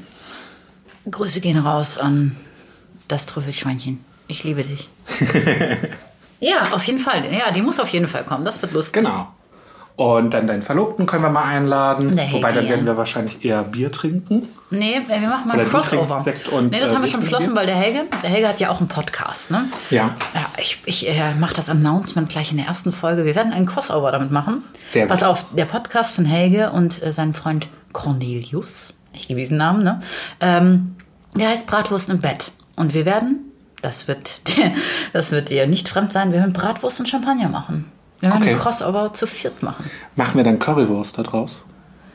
Grüße gehen raus an das Trüffelschweinchen. Ich liebe dich. ja, auf jeden Fall. Ja, die muss auf jeden Fall kommen. Das wird lustig.
Genau. Und dann deinen Verlobten können wir mal einladen.
Nee,
Wobei, dann
ja.
werden wir wahrscheinlich eher Bier trinken.
Nee, äh, wir machen mal
Oder
einen
du
Crossover.
trinkst Sekt und,
nee, das
äh,
haben wir schon
Bier.
beschlossen, weil der Helge, der Helge hat ja auch einen Podcast, ne?
Ja.
Ja, ich, ich äh, mache das Announcement gleich in der ersten Folge. Wir werden einen Crossover damit machen.
Sehr gut.
Pass auf, der Podcast von Helge und äh, seinem Freund Cornelius, ich liebe diesen Namen, ne? Ähm, der heißt Bratwurst im Bett. Und wir werden, das wird, dir- das wird dir nicht fremd sein, wir werden Bratwurst und Champagner machen. Wir werden
Okay.
einen Crossover zu viert machen.
Machen wir dann Currywurst da draus?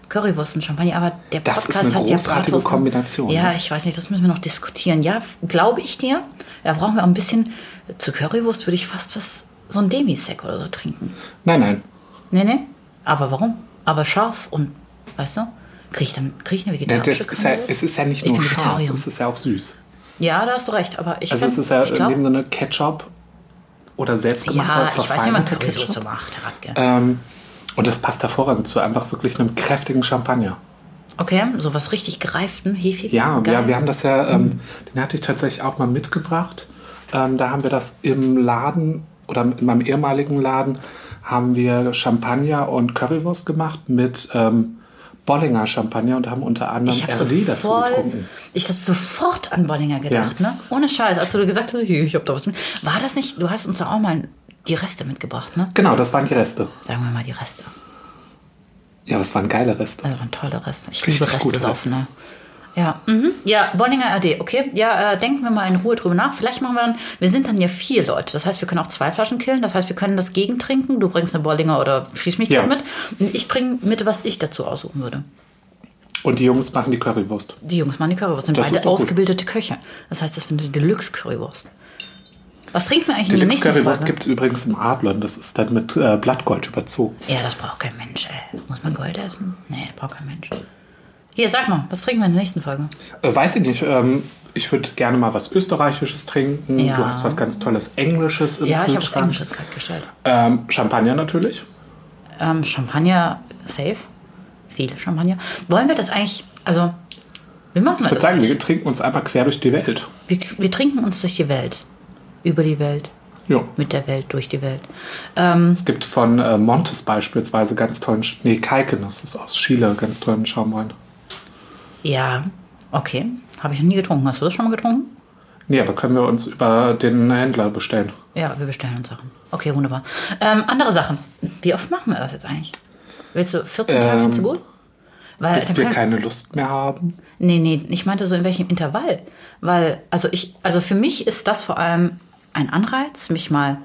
Currywurst und Champagner, aber der
Das ist
Podcast
eine
hat ja
großartige
Bratwurst.
Kombination,
Ja,
ne?
ich weiß nicht, das müssen wir noch diskutieren. Ja, f- glaube ich dir. Da brauchen wir auch ein bisschen. Zu Currywurst würde ich fast was, so ein Demisec oder so trinken.
Nein, nein.
Nee, nee. Aber warum? Aber scharf und, weißt du, kriege ich dann krieg ich eine
Das
vegetarische
ist ja,
Currywurst?
es ist ja nicht
Ich
nur
bin
scharf,
Vegetarier.
es ist ja auch süß.
Ja, da hast du recht. Aber ich,
Also es
fand-
ist ja
ich
in
glaub,
dem Sinne Ketchup oder selbstgemachter
ja, ich weiß, wie man
verfeinerter
Currywurst so
Ketchup.
macht, Herr Radke.
Ähm, und das passt hervorragend zu einfach wirklich einem kräftigen Champagner.
Okay, so was richtig gereiften, hefigen.
Ja,
geil.
ja wir haben das ja, ähm, den hatte ich tatsächlich auch mal mitgebracht. Ähm, da haben wir das im Laden oder in meinem ehemaligen Laden haben wir Champagner und Currywurst gemacht mit ähm, Bollinger Champagner und haben unter anderem
Ich habe
RD E dazu
sofort,
getrunken.
ich hab sofort an Bollinger gedacht,
Ja.
ne? Ohne Scheiß. Als du gesagt hast, hier, ich hab da was mit. War das nicht, du hast uns doch auch mal die Reste mitgebracht, ne?
Genau, das waren die Reste.
Sagen wir mal die Reste.
Ja, aber es waren geile Reste.
Also waren tolle Reste. Ich
Richtig
liebe Reste
gute
saufen, ne? Ja, mhm. ja, Bollinger RD, okay. Ja, äh, denken wir mal in Ruhe drüber nach. Vielleicht machen wir dann, wir sind dann ja vier Leute. Das heißt, wir können auch zwei Flaschen killen. Das heißt, wir können das gegentrinken. Du bringst eine Bollinger oder schieß mich
Ja.
damit. Und ich bringe mit, was ich dazu aussuchen würde.
Und die Jungs machen die Currywurst.
Die Jungs machen die Currywurst, sind
Das ist
beide
doch gut.
ausgebildete Köche. Das heißt, das wird eine Deluxe-Currywurst. Was trinken wir eigentlich in der
Deluxe
nächsten
Currywurst
Folge?
gibt es übrigens im Adlon. Das ist dann mit äh, Blattgold überzogen.
Ja, das braucht kein Mensch, ey. Muss man Gold essen? Nee, braucht kein Mensch. Hier, sag mal, was trinken wir in der nächsten Folge?
Äh, weiß ich nicht. Ähm, ich würde gerne mal was Österreichisches trinken.
Ja.
Du hast was ganz Tolles Englisches im
Ja, ich habe das
Kühlschrank.
Englisches gerade gestellt.
Ähm, Champagner natürlich.
Ähm, Champagner, safe. Viel Champagner. Wollen wir das eigentlich, also, wie machen
Ich
wir
würde
das?
sagen, wir trinken uns einmal quer durch die Welt.
Wir, wir trinken uns durch die Welt. Über die Welt.
Ja.
Mit der Welt, durch die Welt. Ähm,
Es gibt von äh, Montes beispielsweise ganz tollen, Sch- nee, Kalkenes ist aus Chile, ganz tollen Schaumwein.
ja, okay. Habe ich noch nie getrunken. Hast du das schon mal getrunken?
Nee, aber können wir uns über den Händler bestellen.
Ja, wir bestellen uns Sachen. Okay, wunderbar. Ähm, andere Sachen. Wie oft machen wir das jetzt eigentlich? Willst du 14 Tage
Ähm,
findest du gut? Weil
Bis
dann
wir
können-
keine Lust mehr haben.
Nee, nee, ich meinte so in welchem Intervall. Weil, also ich, also für mich ist das vor allem ein Anreiz, mich mal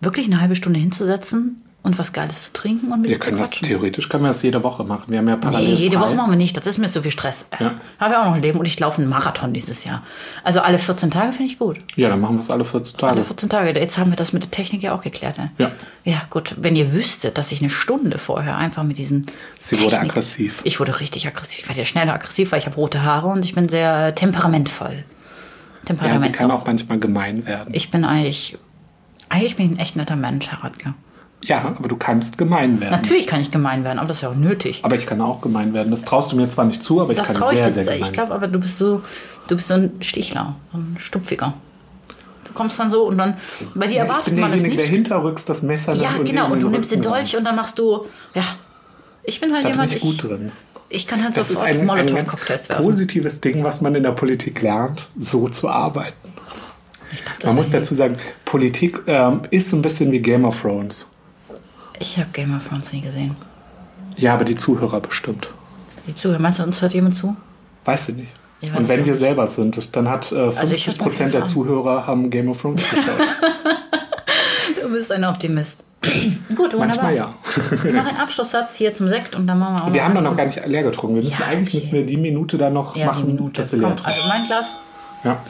wirklich eine halbe Stunde hinzusetzen und was Geiles zu trinken und mit
Wir
dir
können
zu
das
quatschen.
theoretisch, können wir das jede Woche machen. Wir haben ja parallel.
Nee, jede
frei.
Woche machen wir nicht. Das ist mir so viel Stress.
Ja.
Habe ja auch noch ein Leben und ich laufe einen Marathon dieses Jahr. Also alle 14 Tage finde ich gut.
Ja, dann machen wir es alle 14 Tage.
Alle 14 Tage. Jetzt haben wir das mit der Technik ja auch geklärt. Ne?
Ja.
Ja, gut. Wenn ihr wüsstet, dass ich eine Stunde vorher einfach mit diesen.
Sie wurde aggressiv.
Ich wurde richtig aggressiv. Ich werde ja schneller aggressiv, weil ich habe rote Haare und ich bin sehr äh, temperamentvoll.
Ja, sie
Temperamentvoll.
kann auch manchmal gemein werden.
ich bin eigentlich. Eigentlich bin ich ein echt netter Mensch, Herr Radke.
Ja, aber du kannst gemein werden.
Natürlich kann ich gemein werden, aber das ist ja auch nötig.
Aber ich kann auch gemein werden. Das traust du mir zwar nicht zu, aber ich
das
kann
traue ich
sehr,
dir.
sehr gemein
Ich glaube aber, du bist so, du bist so ein Stichler, so ein Stupfiger. Du kommst dann so und dann. Bei dir
werden. Ich
erwartet
bin
man es
derjenige,
nicht.
der hinterrücks das Messer
Ja,
nimmt Also und
genau.
in
Und du
den
nimmst den
Rücken
Dolch und dann machst du. Ja. Ich bin halt
Da bin
jemand.
ich gut drin.
Ich kann halt
Das ist
sofort
ein, ein ganz
Molotow-Cocktails werfen.
positives Ding, was man in der Politik lernt, so zu arbeiten.
Ich glaub, das
Man muss
wär-
dazu sagen, Politik ähm, ist so ein bisschen wie Game of Thrones.
Ich habe Game of Thrones nie gesehen.
Ja, aber die Zuhörer bestimmt.
Die Zuhörer, meinst du, uns hört jemand zu?
Weißt du nicht?
Ja,
Und
ich-
wenn wir selber sind, dann hat äh, 50%
Also ich hab mal viel
der
Fragen.
Zuhörer haben Game of Thrones geschaut.
Du bist ein Optimist. Gut, wunderbar.
Manchmal ja.
Wir machen einen Abschlusssatz hier zum Sekt und dann machen wir auch
Wir haben
noch
da noch gar nicht leer getrunken. Wir müssen
also Ja,
eigentlich
okay.
müssen wir die Minute da noch
ja,
machen,
die Minute.
dass wir leer
Komm,
trinken.
also mein Glas
Ja.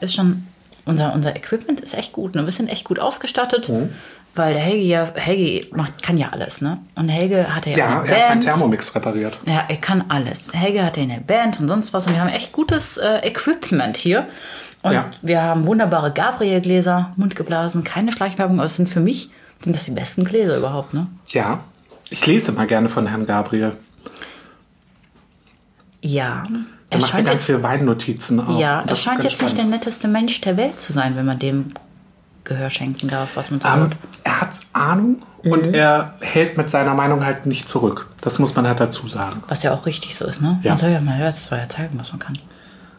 ist schon. Unser, unser Equipment ist echt gut. Ne? Wir sind echt gut ausgestattet,
Mhm.
weil der Helge ja, Helge macht, kann ja alles, ne? Und Helge hatte ja,
ja,
eine
er hat meinen
Band.
Thermomix repariert.
Ja, er kann alles. Helge hatte eine Band und sonst was. Und wir haben echt gutes äh, Equipment hier. Und
Ja.
wir haben wunderbare Gabriel-Gläser, mundgeblasen, keine Schleichwerbung. Aber es sind für mich sind das die besten Gläser überhaupt, ne?
Ja. Ich lese mal gerne von Herrn Gabriel.
Ja.
Er macht ja
scheint
ganz
jetzt,
viele Weinnotizen auch.
ja,
Das
er
ist
scheint
ganz
jetzt nicht der
spannend.
netteste Mensch der Welt zu sein, wenn man dem Gehör schenken darf, was man so
ähm,
hört.
Er hat Ahnung
Mhm.
und er hält mit seiner Meinung halt nicht zurück. Das muss man halt dazu sagen.
Was ja auch richtig so ist, ne?
Ja.
Man soll ja mal hören, soll ja zeigen, was man kann.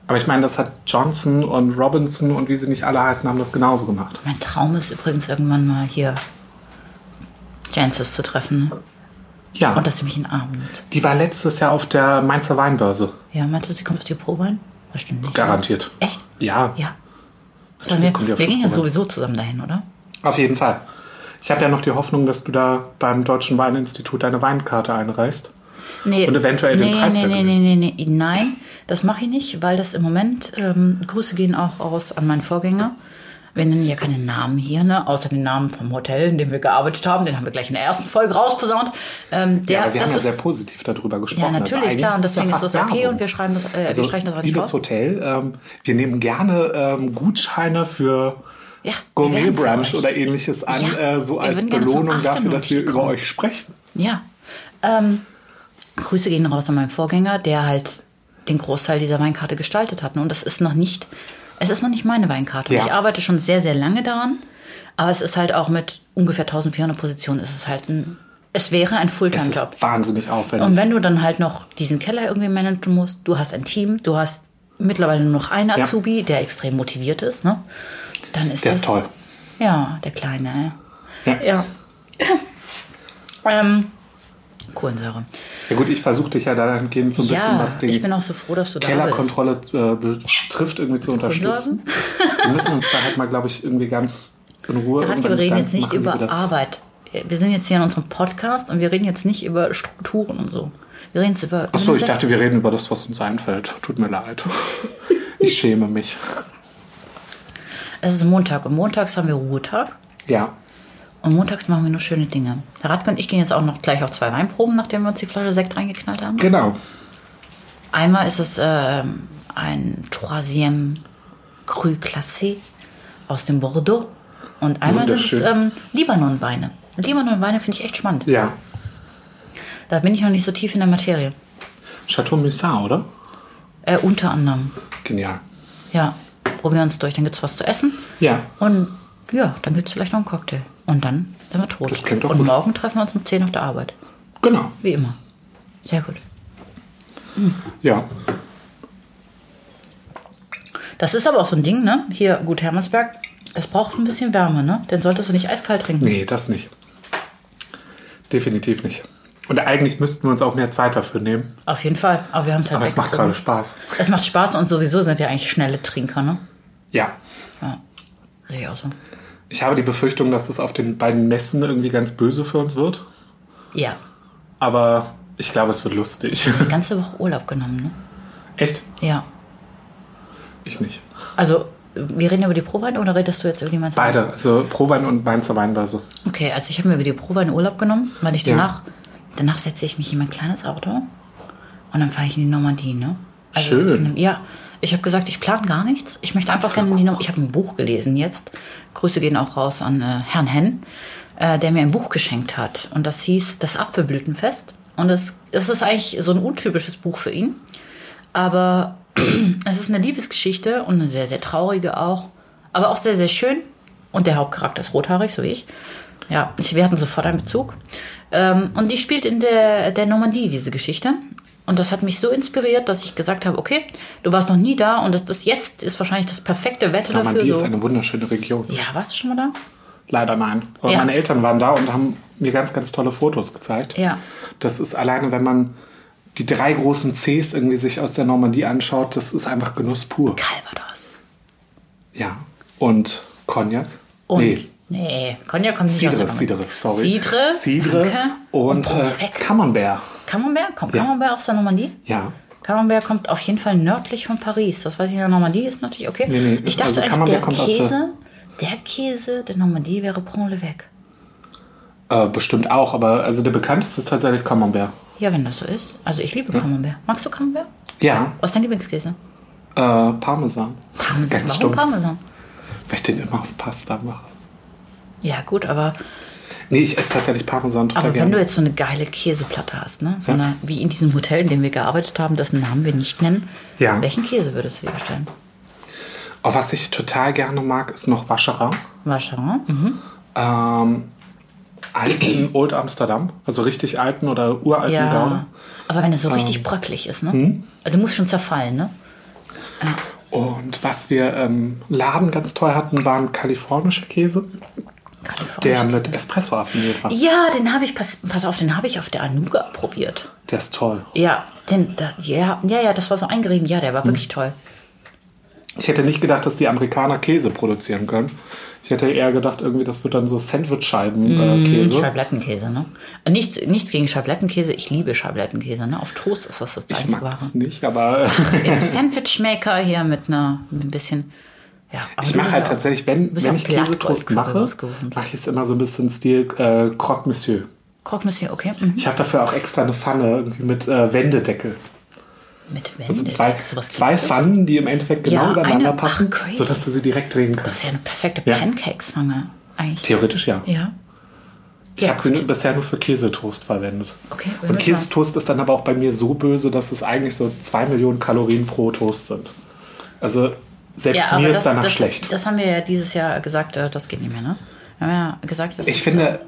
Aber ich meine, das hat Johnson und Robinson und wie sie nicht alle heißen, haben das genauso gemacht.
Mein Traum ist übrigens irgendwann mal hier Jancis zu treffen ne?
Ja,
und dass sie mich in den Arm nimmt.
die war letztes Jahr auf der Mainzer Weinbörse.
Ja, meinst du, sie kommt auf die Probe ein? Bestimmt nicht.
Garantiert.
Echt?
Ja,
Ja. Sollen
Natürlich
Wir,
kommt die auf
wir
die
gehen ja
Probe.
sowieso zusammen dahin, oder?
auf jeden Fall. Ich habe ja noch die Hoffnung, dass du da beim Deutschen Weininstitut deine Weinkarte einreichst.
Nee,
Und eventuell den
nee,
Preis
nee,
der
nee,
Gewinns.
nee, nee, nee, Nein, das mache ich nicht, weil das im Moment, ähm, Grüße gehen auch aus an meinen Vorgänger. Wir nennen ja keine Namen hier, ne? außer den Namen vom Hotel, in dem wir gearbeitet haben. Den haben wir gleich in der ersten Folge rausposaunt. Ähm, der,
Ja, aber wir
das
haben ja
ist,
sehr positiv darüber gesprochen. Also
Ja, natürlich,
eigentlich
klar. Und
es ja
deswegen ist
fast
das okay
Werbung.
und wir, schreiben das, äh,
Also,
wir streichen das auch nicht
liebes
raus.
Hotel, ähm, wir nehmen gerne ähm, Gutscheine für
Ja, wir
Gourmet
werden's
Brunch
euch.
oder ähnliches an,
Ja,
äh, so
wir
als
würden gerne zum
Belohnung dafür,
Afternoon
dass wir
Tea
über
kommen.
euch sprechen.
Ja. Ähm, Grüße gehen raus an meinen Vorgänger, der halt den Großteil dieser Weinkarte gestaltet hat. ne? Und das ist noch nicht, es ist noch nicht meine Weinkarte. Und
Ja.
Ich arbeite schon sehr, sehr lange daran. Aber es ist halt auch mit ungefähr 1400 Positionen, ist es halt ein, es wäre ein
Es
Fulltime-Job.
ist wahnsinnig aufwendig.
Und wenn du dann halt noch diesen Keller irgendwie managen musst, du hast ein Team, du hast mittlerweile nur noch einen
Ja.
Azubi, der extrem motiviert ist, ne? Dann ist
Der
das
ist toll.
Ja, der kleine.
Ja.
Ja. ja. ähm, Kohlensäure.
Ja gut, ich versuche dich ja dahingehend so ein bisschen
Ja,
was
ich
den
bin auch so froh, dass du da bist.
Kellerkontrolle äh, betrifft, irgendwie zu unterstützen. Wir müssen uns da halt mal, glaube ich, irgendwie ganz in Ruhe
Radke,
irgendwann
wir reden
Gedanken
jetzt nicht
machen, wie wir
über
das-
Arbeit. Wir sind jetzt hier in unserem Podcast und wir reden jetzt nicht über Strukturen und so. Wir reden jetzt über.
Achso, ich dachte, wir reden über das, was uns einfällt. Tut mir leid. Ich schäme mich.
Es ist Montag und montags haben wir Ruhetag.
Ja.
Und montags machen wir nur schöne Dinge. Herr Radke und ich gehen jetzt auch noch gleich auf zwei Weinproben, nachdem wir uns die Flasche Sekt reingeknallt haben.
Genau.
Einmal ist es ähm, ein Troisième Cru Classé aus dem Bordeaux. Und einmal sind es
Wunderschön.
ähm, Libanon-Weine. Libanon-Weine finde ich echt spannend.
Ja.
Da bin ich noch nicht so tief in der Materie.
Chateau Musard, oder?
Äh, unter anderem.
Genial.
Ja, probieren wir uns durch. Dann gibt es was zu essen.
Ja.
Und ja, dann gibt es vielleicht noch einen Cocktail. Und dann sind wir tot.
Das klingt doch
Und
gut.
morgen treffen wir uns um 10 auf der Arbeit.
Genau.
Wie immer. Sehr gut.
Ja.
Das ist aber auch so ein Ding, ne? Hier, gut, Hermannsberg, das braucht ein bisschen Wärme, ne? Dann solltest du nicht eiskalt trinken.
Nee, das nicht. Definitiv nicht. Und eigentlich müssten wir uns auch mehr Zeit dafür nehmen.
Auf jeden Fall. Aber wir haben es halt
Aber es macht
weggezogen.
gerade Spaß.
Es macht Spaß und sowieso sind wir eigentlich schnelle Trinker, ne?
Ja.
Ja. Sehe ich auch so.
Ich habe die Befürchtung, dass es auf den beiden Messen irgendwie ganz böse für uns wird.
Ja.
Aber ich glaube, es wird lustig.
Die ganze Woche Urlaub genommen,
Echt?
ne? Ja.
Ich nicht.
Also, wir reden über die Prowein oder redest du jetzt über die Mainzer Wein?
Beide. Also Prowein und Mainzer Weinbörse.
Okay, also ich habe mir über die Prowein Urlaub genommen, weil ich
Ja.
danach, danach setze ich mich in mein kleines Auto und dann fahre ich in die Normandie, ne? Also,
Schön.
Ja. Ich habe gesagt, ich plane gar nichts. Ich möchte einfach gerne in die Normandie. Ich habe ein Buch gelesen jetzt. Grüße gehen auch raus an äh, Herrn Henn, äh, der mir ein Buch geschenkt hat. Und das hieß Das Apfelblütenfest. Und das, das ist eigentlich so ein untypisches Buch für ihn. Aber es ist eine Liebesgeschichte und eine sehr, sehr traurige auch. Aber auch sehr, sehr schön. Und der Hauptcharakter ist rothaarig, so wie ich. Ja, ich, wir hatten sofort einen Bezug. Ähm, und die spielt in der, der Normandie, diese Geschichte. Und das hat mich so inspiriert, dass ich gesagt habe, okay, du warst noch nie da und das, das jetzt ist wahrscheinlich das perfekte Wetter
Normandie
dafür.
ist
So.
eine wunderschöne Region.
Ja, warst du schon mal da?
Leider nein. Aber
Ja.
meine Eltern waren da und haben mir ganz, ganz tolle Fotos gezeigt.
Ja.
Das ist alleine, wenn man die drei großen Cs irgendwie sich aus der Normandie anschaut, das ist einfach Genuss pur.
Calvados.
Ja. Und Cognac?
Und.
nee,
Nee. Nee, Cognac kommt nicht aus der
Cidre,
Normandie.
Cidre, sorry.
Cidre,
Cidre
danke.
und äh,
Cognac.
Camembert.
Camembert? Kommt Camembert aus der Normandie?
Ja.
Camembert kommt auf jeden Fall nördlich von Paris. Das weiß ich in der Normandie, ist natürlich okay.
Nee, nee,
ich dachte
also
eigentlich,
Camembert
der
kommt aus der-
Käse, der Käse der Normandie wäre Pont-l'Evêque.
Äh, bestimmt auch, aber also der bekannteste ist tatsächlich Camembert.
Ja, wenn das so ist. Also ich liebe Camembert. Magst du Camembert?
Ja.
Was ist dein Lieblingskäse?
Äh, Parmesan.
Parmesan.
Ganz
Warum
stumpf.
Parmesan?
Weil ich den immer auf Pasta mache.
Ja, gut, aber,
Nee, ich esse tatsächlich Parmesan total
aber wenn du
gerne.
jetzt so eine geile Käseplatte hast, ne? So
Ja.
eine, wie in diesem Hotel, in dem wir gearbeitet haben, dessen Namen wir nicht nennen.
Ja.
Welchen Käse würdest du dir bestellen?
Oh, was ich total gerne mag, ist noch Wascherer.
Wahrscheinlich. Mhm.
Ähm, alten Old Amsterdam. Also richtig alten oder uralten
Ja.
Gouda.
Aber wenn es so
Ähm.
richtig bröckelig ist, ne?
Hm?
Also muss schon zerfallen, ne?
Und was wir im Laden ganz toll hatten, waren kalifornischer Käse, der
Kalifornisch.
mit Espresso affiniert war.
Ja, den habe ich, pass, pass auf, den habe ich auf der Anuga probiert.
Der ist toll.
Ja, den, da, ja, ja, ja, das war so eingerieben. Ja, der
Hm.
war wirklich toll.
Ich hätte nicht gedacht, dass die Amerikaner Käse produzieren können. Ich hätte eher gedacht, irgendwie, das wird dann so
Mm,
äh, Sandwich-Scheiben-Käse.
Schablettenkäse, ne? Nichts, nichts gegen Schablettenkäse. Ich liebe Schablettenkäse, ne? Auf Toast ist das das
ich
einzige
mag
Wahre.
das nicht, aber
Im Sandwichmaker hier mit einer, mit ein bisschen, ja. aber
ich
du
mache
bist
halt
ja-
tatsächlich, wenn,
bist
wenn
ja
ich
auch Blattgold-
Käsetoast mache,
ausgewohnt.
mache ich es immer so ein bisschen Stil äh, Croque Monsieur.
Croque Monsieur, okay. Mhm.
Ich habe dafür auch extra eine Pfanne irgendwie mit äh, Wendedeckel.
Mit Wende.
Also zwei,
Äh, Sowas
zwei
gibt es?
Pfannen, die im Endeffekt genau
Ja,
übereinander
eine-
passen,
ach, crazy.
sodass du sie direkt drehen
Das
kannst.
ist ja eine perfekte
Ja.
Pancakes-Fange, eigentlich.
Theoretisch ja.
Ja.
Ich habe sie nur, bisher nur für Käsetoast verwendet.
Okay,
Und
wunderbar.
Käsetoast ist dann aber auch bei mir so böse, dass es eigentlich so 2 Millionen Kalorien pro Toast sind. Also selbst
Ja, aber
mir
das,
ist danach
das,
schlecht.
Das haben wir ja dieses Jahr gesagt, äh, das geht nicht mehr, ne? Wir haben ja gesagt, das
ich
ist,
finde,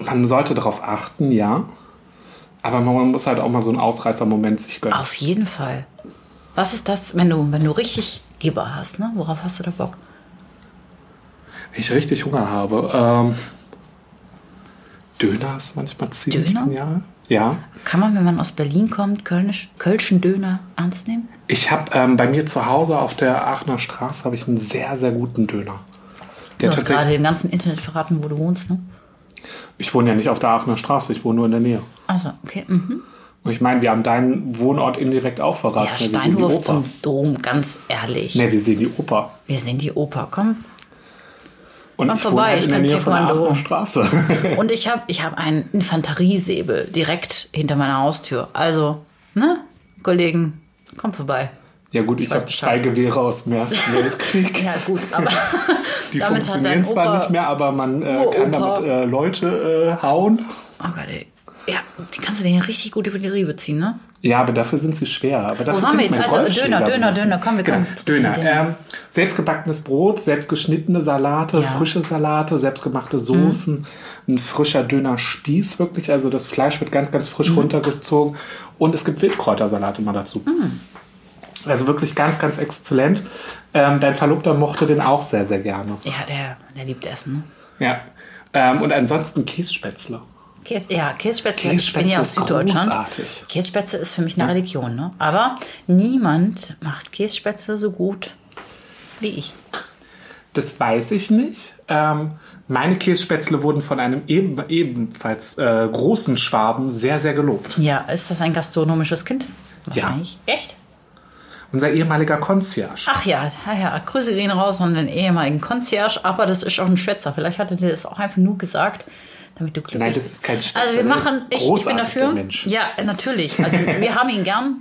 man sollte darauf achten, ja. Aber man muss halt auch mal so einen Ausreißer-Moment sich gönnen.
Auf jeden Fall. Was ist das, wenn du, wenn du richtig Geber hast, ne? Worauf hast du da Bock?
Wenn ich richtig Hunger habe, ähm, Döner ist manchmal ziemlich
Döner?
genial. Ja.
Kann man, wenn man aus Berlin kommt, Kölnisch, Kölschen Döner ernst nehmen?
Ich habe ähm, bei mir zu Hause auf der Aachener Straße habe ich einen sehr, sehr guten Döner.
Du
Der
hast gerade
tatsächlich,
dem ganzen Internet verraten, wo du wohnst, ne?
ich wohne ja nicht auf der Aachener Straße, ich wohne nur in der Nähe.
Also, okay. Mhm.
Und ich meine, wir haben deinen Wohnort indirekt auch verraten.
Ja,
ne? wir sehen die
Steinwurf
Oper.
zum Dom, ganz ehrlich.
Ne, wir sehen die Oper.
Wir sehen die Oper, komm.
Und
Komm
ich
vorbei,
wohne halt
ich
in der
kann
Nähe von der
Taekwondo.
Aachener Straße.
Und ich habe ich hab einen Infanteriesäbel direkt hinter meiner Haustür. Also, ne? Kollegen, kommt vorbei.
ja gut, ich,
weiß
habe zwei
Bescheid.
Gewehre aus dem Ersten Weltkrieg.
Ja, gut, aber
Die
damit hat dein
funktionieren zwar
Opa.
nicht mehr, aber man äh,
Uropa.
kann damit äh, Leute äh, hauen.
Oh Gott, ey. Ja, die kannst du dir ja richtig gut über die Riebe ziehen, ne?
Ja, aber dafür sind sie schwer. Aber dafür
waren
kann
wir
ich
jetzt?
meine
Also, Döner,
Golfschläger
Döner,
benutzen.
Döner, komm, wir
genau.
kommen zu
Döner.
Döner.
Ähm, selbstgebackenes Brot, selbstgeschnittene Salate,
Ja. Mhm.
frische Salate, selbstgemachte Soßen, ein frischer Dönerspieß wirklich. Also das Fleisch wird ganz, ganz
Mhm.
frisch runtergezogen. Und es gibt Wildkräutersalate mal dazu.
Mhm.
Also wirklich ganz, ganz exzellent. Ähm, dein Verlobter mochte den auch sehr, sehr gerne.
Ja, der, der liebt Essen, ne?
Ja. Ähm, und ansonsten Kässpätzle.
Käse, ja, Kässpätzle, ich bin
Kässpätzle
ja aus
ist
Süddeutschland.
großartig.
Kässpätzle ist für mich eine Religion, ne? Aber niemand macht Kässpätzle so gut wie ich.
Das weiß ich nicht. Ähm, meine Kässpätzle wurden von einem eben, ebenfalls äh, großen Schwaben sehr, sehr gelobt.
Ja, ist das ein gastronomisches Kind?
Ja.
Wahrscheinlich. Echt?
Unser ehemaliger Concierge.
Ach ja, ja, ja, Grüße gehen raus an den ehemaligen Concierge, aber das ist auch ein Schwätzer. Vielleicht hat er dir das auch einfach nur gesagt, damit du glücklich
Nein, das
bist.
ist kein Schwätzer,
Also wir
der ist
machen, ich, ich bin
großartig,
dafür.
der Mensch.
Ja, natürlich. Also wir haben ihn gern.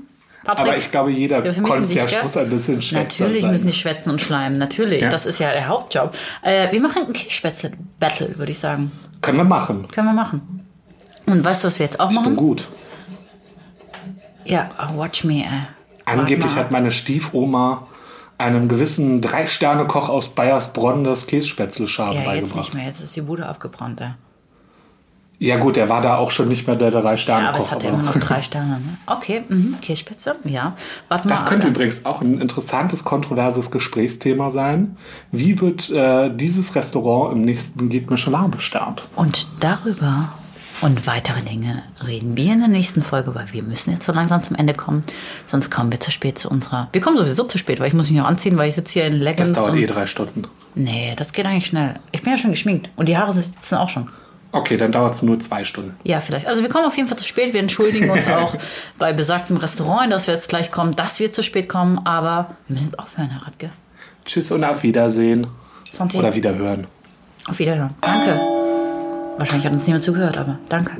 Patrick,
Aber ich glaube, jeder
wir vermissen dich,
Concierge
gell?
muss ein bisschen schwätzer
Natürlich
sein.
müssen die schwätzen und schleimen, natürlich.
Ja.
Das ist ja der Hauptjob. Äh, wir machen ein Kässpätzle-Battle, würde ich sagen.
Können wir machen.
Können wir machen. Und weißt du, was wir jetzt auch
Ich bin
machen?
gut.
Ja, oh, watch me. Äh. Warte
Angeblich
mal ab.
hat meine Stiefoma einem gewissen Drei-Sterne-Koch aus Bayersbronn das Kässpätzle-Schaben
Ja, jetzt nicht
beigebracht.
mehr. Jetzt ist die Bude abgebrannt, äh. ey.
Ja gut, er war da auch schon nicht mehr der
Ja, aber
Drei-Sterne-Koch.
es hat ja immer noch drei Sterne. Ne? Okay, mhm. Käsespitze, ja. Warte mal.
Das
ab,
könnte
ja.
übrigens auch ein interessantes, kontroverses Gesprächsthema sein. Wie wird äh, dieses Restaurant im nächsten Guide Michelin bestärkt?
Und darüber Und weitere Dinge reden wir in der nächsten Folge, weil wir müssen jetzt so langsam zum Ende kommen. Sonst kommen wir zu spät zu unserer. Wir kommen sowieso zu spät, weil ich muss mich noch anziehen, weil ich sitze hier in Leggings.
Das dauert
und
eh drei Stunden.
Nee, das geht eigentlich schnell. Ich bin ja schon geschminkt und die Haare sitzen auch schon.
Okay, dann dauert es nur zwei Stunden.
Ja, vielleicht. Also wir kommen auf jeden Fall zu spät. Wir entschuldigen uns auch bei besagtem Restaurant, dass wir jetzt gleich kommen, dass wir zu spät kommen. Aber wir müssen jetzt aufhören, Herr Radke.
Tschüss und auf Wiedersehen.
Santé.
Oder wiederhören.
Auf Wiederhören. Danke. Wahrscheinlich hat uns niemand zugehört, aber danke.